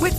With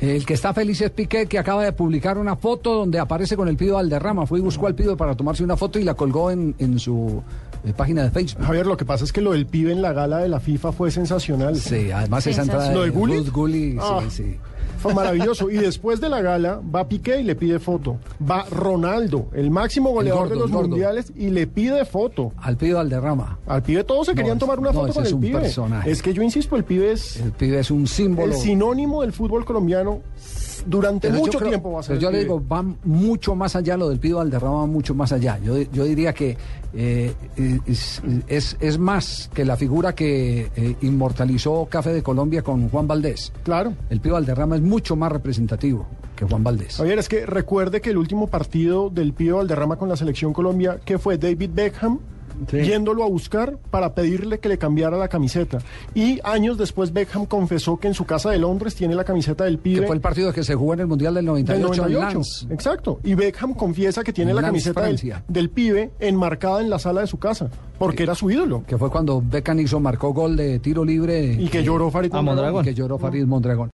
El que está feliz es Piqué, que acaba de publicar una foto donde aparece con el pido Valderrama. Fue y buscó al pido para tomarse una foto y la colgó en, en su eh, página de Facebook. Javier, lo que pasa es que lo del pibe en la gala de la FIFA fue sensacional. Sí, además esa entrada ¿Lo de Gullit? Ruth Gullit, Ah. sí, sí. Fue maravilloso. Y después de la gala va Piqué y le pide foto. Va Ronaldo, el máximo goleador gordo, de los el gordo. mundiales, y le pide foto. Al pido Valderrama. Al pibe todos se No, querían tomar una no, foto ese con es el un pibe. personaje. Es que yo insisto, el pibe es El pibe es un símbolo. el sinónimo del fútbol colombiano durante Pero yo mucho creo- tiempo va a pero ser. el yo le pibe. digo, va mucho más allá, lo del Pido Valderrama va mucho más allá. Yo, yo diría que eh, es, es- es más que la figura que eh, inmortalizó Café de Colombia con Juan Valdés. Claro. El Pido Valderrama es mucho más representativo que Juan Valdés. Javier, es que recuerde que el último partido del Pibe Valderrama con la selección Colombia, que fue David Beckham, Sí. yéndolo a buscar para pedirle que le cambiara la camiseta. Y años después Beckham confesó que en su casa de Londres tiene la camiseta del Que Pibe. fue el partido que se jugó en el Mundial del del 98, en 98. Lens. Exacto. Y Beckham confiesa que tiene En la Lens, camiseta del, Francia. del pibe enmarcada en la sala de su casa, porque era su ídolo. que fue cuando Beckham hizo, marcó gol de tiro libre. Y que lloró Farid Mondragón. Y que lloró Farid Mondragón.